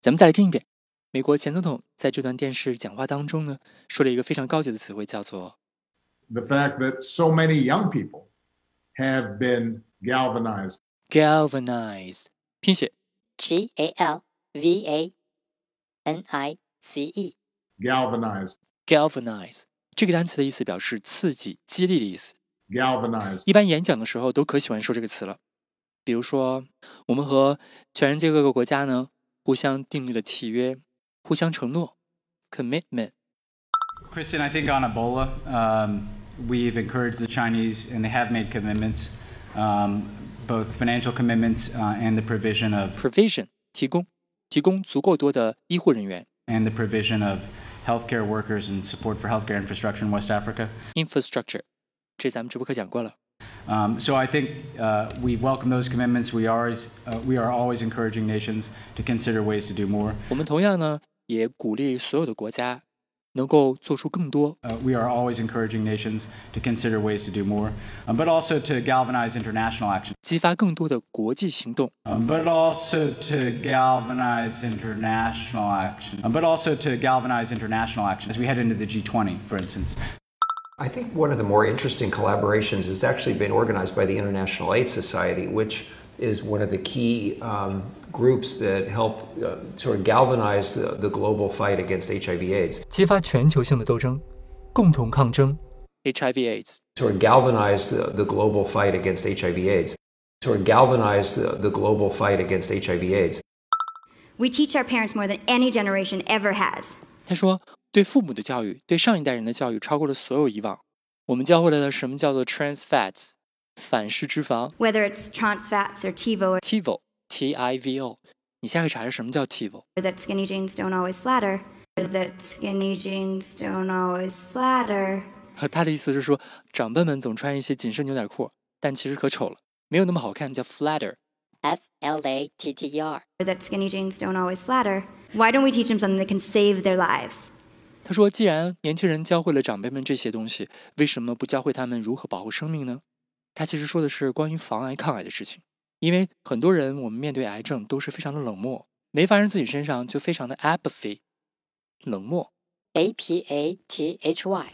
咱们再来听一遍。美国前总统在这段电视讲话当中呢，说了一个非常高级的词汇，叫做 the fact that so many young people have been galvanized. “galvanize”，拼写 G A L V A N I C E。 Galvanized. “galvanize” 这个单词的意思表示刺激、激励的意思。 Galvanized. 一般演讲的时候都可喜欢说这个词了。比如说，我们和全世界各个国家呢互相订立了契约，互相承诺 （commitment）。 Kristen, I think on Ebola, um, we've encouraged the Chinese, and they have made commitments, um, both financial commitments uh, and the provision of provision 提供，提供足够多的医护人员 and the provision of healthcare workers and support for healthcare infrastructure in West Africa. （infrastructure）。这咱们直播课讲过了。 Um, so I think uh, we welcome those commitments. We are uh, we are always encouraging nations to consider ways to do more. 我们同样呢也鼓励所有的国家能够做出更多 Uh, we are always encouraging nations to consider ways to do more, um, but also to galvanize international action. 激发更多的国际行动。 Um, but also to galvanize international action. Um, but also to galvanize international action as we head into the G20, for instance. I think one of the more interesting collaborations has actually been organized by the International Aid Society, which is one of the key um, groups that help uh, sort of galvanize the, the global fight against HIV/AIDS, 激发全球性的斗争，共同抗争 HIV/AIDS。 sort of galvanize the, the global fight against HIV/AIDS, sort of galvanize the, the global fight against HIV/AIDS. We teach our parents more than any generation ever has. 他说，对父母的教育，对上一代人的教育超过了所有以往。我们教会了他什么叫做 trans fats，反式脂肪 Whether it's trans fats or TiVo ，TIVO T I V O。你下去查查什么叫 TIVO。 or that skinny jeans don't always flatter, or that skinny jeans don't always flatter. 他的意思是说，长辈们总穿一些紧身牛仔裤，但其实可丑了，没有那么好看，叫 flatter。 F L A T T R. Or that skinny jeans don't always flatter. Why don't we teach them something that can save their lives? 他说，既然年轻人教会了长辈们这些东西，为什么不教会他们如何保护生命呢？他其实说的是关于防癌抗癌的事情，因为很多人我们面对癌症都是非常的冷漠，没发生自己身上就非常的 apathy，冷漠。 A P A T H Y.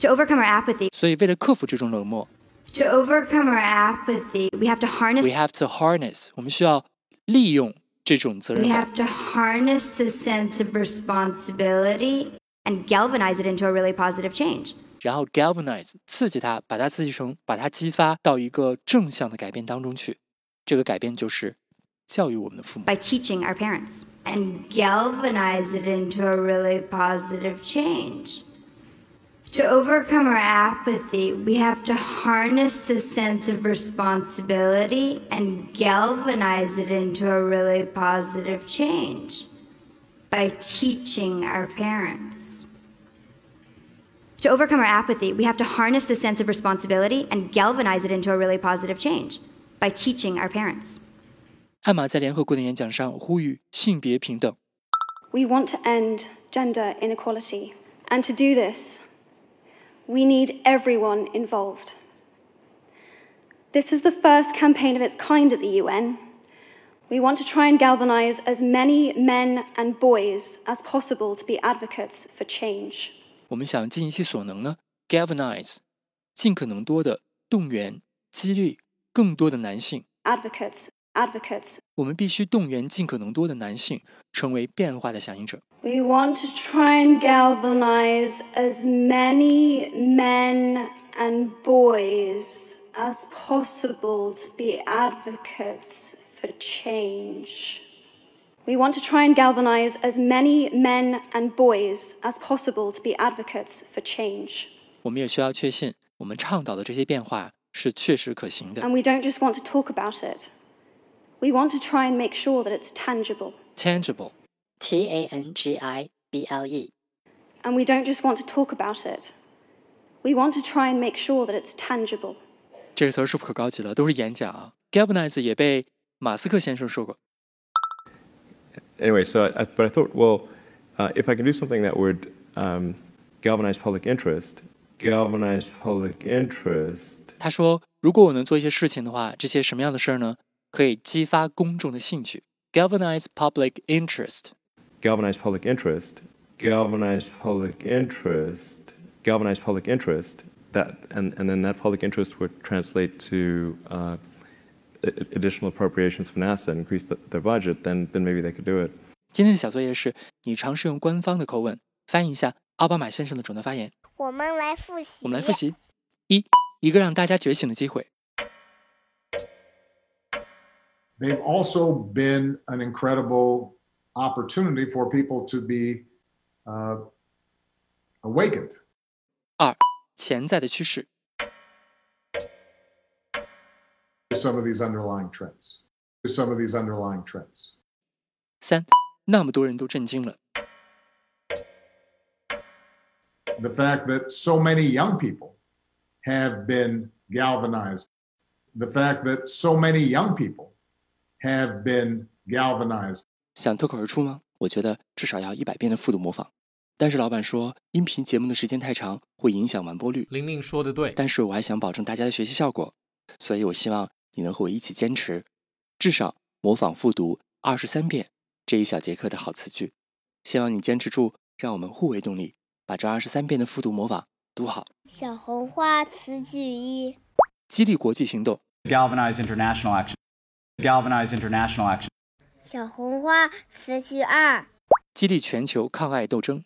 To overcome our apathy, 所以为了克服这种冷漠 to overcome our apathy, we have to harness ，we have to harness，我们需要利用这种责 we 任感 have。to harness the sense of responsibility and galvanize it into a really positive change. 然后 galvanize 刺激它，把它刺激成，把它激发到一个正向的改变当中去。这个改变就是教育我们的父母。 by teaching our parents and galvanize it into a really positive change. To overcome our apathy, we have to harness the sense of responsibility and galvanize it into a really positive change by teaching our parents. To overcome our apathy, we have to harness the sense of responsibility and galvanize it into a really positive change by teaching our parents. 艾玛在联合国的演讲上呼吁性别平等， We want to end gender inequality, and to do this, we need everyone involved. This is the first campaign of its kind at the UN. We want to try and galvanise as many men and boys as possible to be advocates for change. 我们想尽一切所能呢，galvanize，尽可能多的动员、激励更多的男性。 Advocates, advocates. 我们必须动员尽可能多的男性成为变化的响应者。 We want to try and galvanize as many men and boys as possible to be advocates for change. We want to try and galvanize as many men and boys as possible to be advocates for change. 我们也需要确信，我们倡导的这些变化是确实可行的 And。we don't just want to talk about it, we want to try and make sure that it's tangible. tangible， T A N G I B L E. And we don't just want to talk about it. We want to try and make sure that it's tangible. 这个词儿是不是可高级了？都是演讲啊。Galvanize 也被马斯克先生说过。 anyway, so I, but I thought, well, uh, if I can do something that would um, galvanize public interest, galvanize public interest, 他说，如果我能做一些事情的话，这些什么样的事儿呢？可以激发公众的兴趣，galvanize public interest。 galvanize public interest, galvanize public interest, galvanize public interest. That and, and then that public interest would translate to uh, a- a- additional appropriations from NASA, increase the, their budget. Then then maybe they could do it. 今天的小作业是你尝试用官方的口吻翻译一下奥巴马先生的总统发言。我们来复习。我们来复。习：一、一个让大家觉醒的机会； They've also been an incredible opportunity for people to be uh, awakened. 二、潜在的趋势； to some of these underlying trends. To some of these underlying trends. 三、那么多人都震惊了； The fact that so many young people have been galvanized. The fact that so many young people have been galvanized. 想脱口而出吗？我觉得至少要一百遍的复读模仿。但是老板说，音频节目的时间太长，会影响完播率。玲玲说的对，但是我还想保证大家的学习效果，所以我希望你能和我一起坚持，至少模仿复读二十三遍这一小节课的好词句。希望你坚持住，让我们互为动力，把这二十三遍的复读模仿读好，小红花词句一，激励国际行动。 galvanize international action, galvanize international action, 小红花词句二，激励全球抗癌斗争，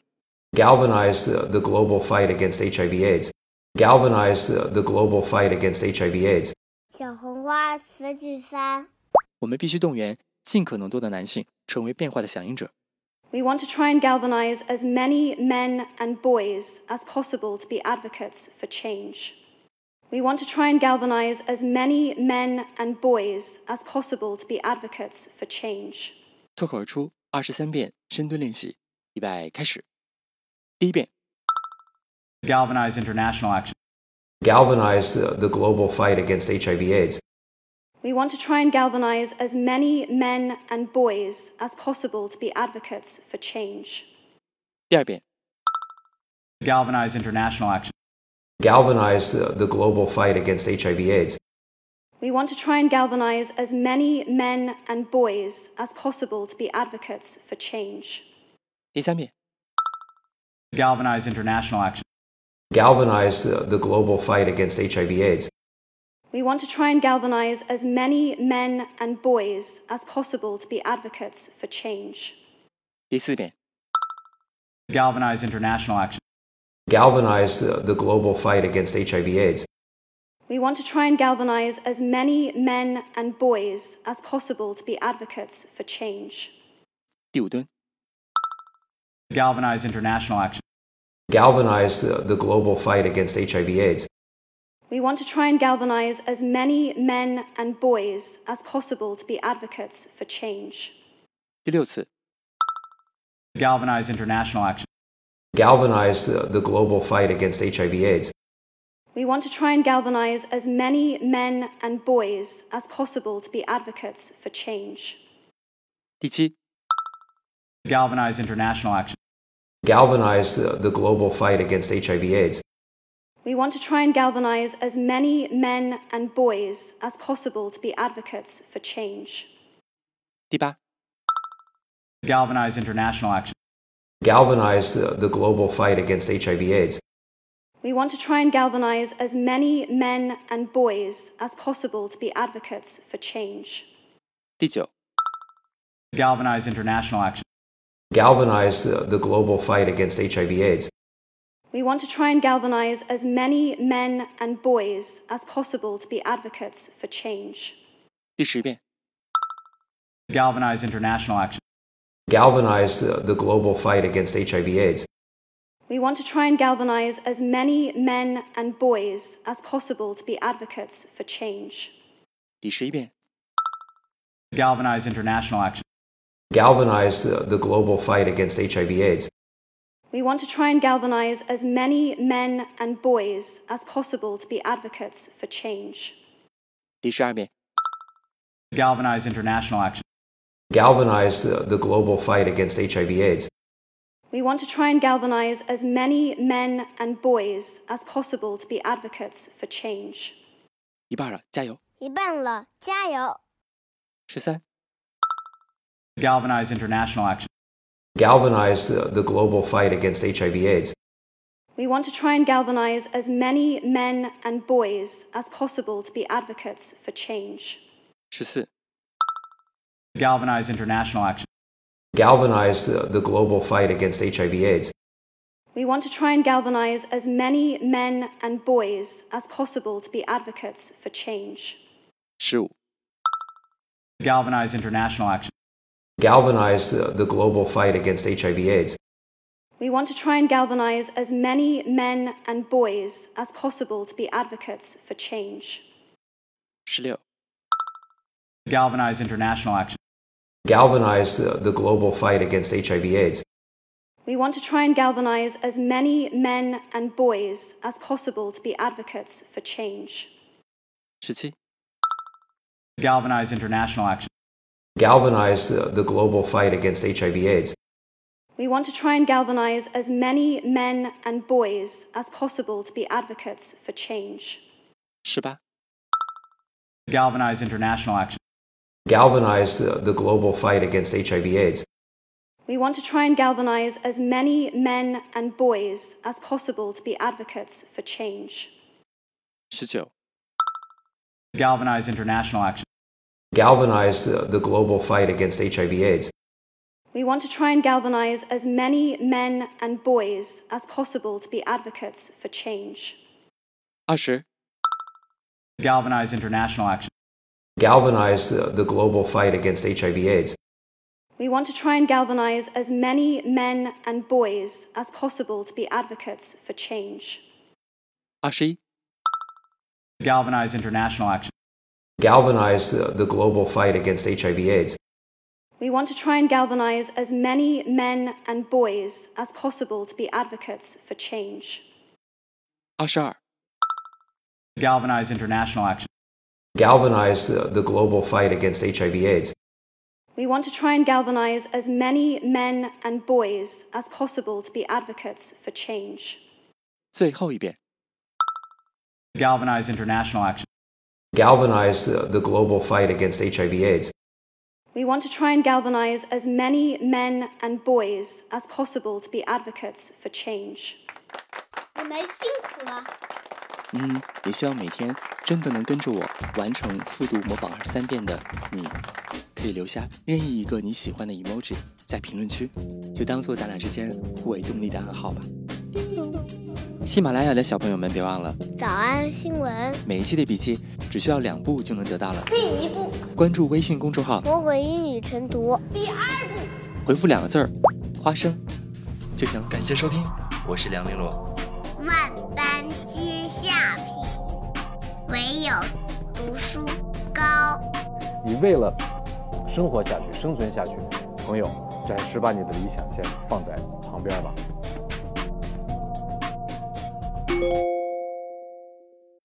galvanize the, the global fight against HIV/AIDS, galvanize the, the global fight against HIV/AIDS, 小红花词句三，我们必须动员尽可能多的男性成为变化的响应者。 We want to try and galvanize as many men and boys as possible to be advocates for change. We want to try and galvanize as many men and boys as possible to be advocates for change. 脱口而出二十三遍深蹲练习，预备开始。第一遍， galvanize international action, galvanize the, the global fight against HIV/AIDS, We want to try and galvanize as many men and boys as possible to be advocates for change. 第二遍， galvanize international action, galvanize the, the global fight against HIV/AIDS, We want to try and galvanize as many men and boys as possible to be advocates for change. 第三遍， galvanize international action, galvanize the, the global fight against HIV/AIDS, We want to try and galvanize as many men and boys as possible to be advocates for change. 第四遍， galvanize international action, galvanize the, the global fight against HIV/AIDS, We want to try and galvanize as many men and boys as possible to be advocates for change. 第五蹲， galvanize international action, galvanize the, the global fight against HIV/AIDS, We want to try and galvanize as many men and boys as possible to be advocates for change. 第六次， galvanize international action, galvanize the, the global fight against HIV/AIDS. We want to try and galvanize as many men and boys as possible to be advocates for change. 第七、 galvanize international action, galvanize the, the global fight against HIV/AIDS, We want to try and galvanize as many men and boys as possible to be advocates for change. 第八、 galvanize international action, galvanize the, the global fight against HIV/AIDS, We want to try and galvanize as many men and boys as possible to be advocates for change. 第九、 galvanize international action, galvanize the, the global fight against HIV/AIDS, We want to try and galvanize as many men and boys as possible to be advocates for change. 第十遍、 galvanize international action, galvanize the, the global fight against HIV/AIDS, We want to try and galvanize as many men and boys as possible to be advocates for change. 第十一遍、 galvanize international action, galvanize the, the global fight against HIV/AIDS. We want to try and galvanize as many men and boys as possible to be advocates for change. 第十二遍， galvanize international action, Galvanize the, the global fight against HIV/AIDS. We want to try and galvanize as many men and boys as possible to be advocates for change. 一半了，加油！一半了，加油！十三、 galvanize international action, Galvanize the, the global fight against HIV/AIDS. We want to try and galvanize as many men and boys as possible to be advocates for change. 十四、 galvanize international action, Galvanize the, the global fight against HIV/AIDS. We want to try and galvanize as many men and boys as possible to be advocates for change. 十五、 galvanize international action, Galvanize the, the global fight against HIV/AIDS. We want to try and galvanize as many men and boys as possible to be advocates for change. 十六、 galvanize international action, Galvanize the, the global fight against HIV/AIDS. We want to try and galvanize as many men and boys as possible to be advocates for change. 十七、 galvanize international action, Galvanize the, the global fight against HIV/AIDS. We want to try and galvanize as many men and boys as possible to be advocates for change. 十八、 galvanize international action, Galvanize the, the global fight against HIV/AIDS. We want to try and galvanize as many men and boys as possible to be advocates for change. 十九、 galvanize international action, Galvanize the, the global fight against HIV/AIDS. We want to try and galvanize as many men and boys as possible to be advocates for change. 二十、 galvanize international action, Galvanize the, the global fight against HIV/AIDS. We want to try and galvanize as many men and boys as possible to be advocates for change. 二十一、 galvanize international action, Galvanize the, the global fight against HIV/AIDS. We want to try and galvanize as many men and boys as possible to be advocates for change. 二十二、 galvanize international action, Galvanize the, the global fight against HIV/AIDS. We want to try and galvanize as many men and boys as possible to be advocates for change. 最后一遍， galvanize international action, Galvanize the, the global fight against HIV/AIDS. We want to try and galvanize as many men and boys as possible to be advocates for change. 你们辛苦了。嗯，也希望每天真的能跟着我完成复读模仿二十三遍的你，可以留下任意一个你喜欢的 emoji 在评论区，就当做咱俩之间互为动力的暗号吧。喜马拉雅的小朋友们，别忘了早安新闻，每一期的笔记只需要两步就能得到了。第一步，关注微信公众号，魔鬼英语晨读。回复两个字儿“花生”就行了。感谢收听，我是梁玲珑。万般皆下品，唯有读书高。你为了生活下去、生存下去，朋友，暂时把你的理想先放在旁边吧。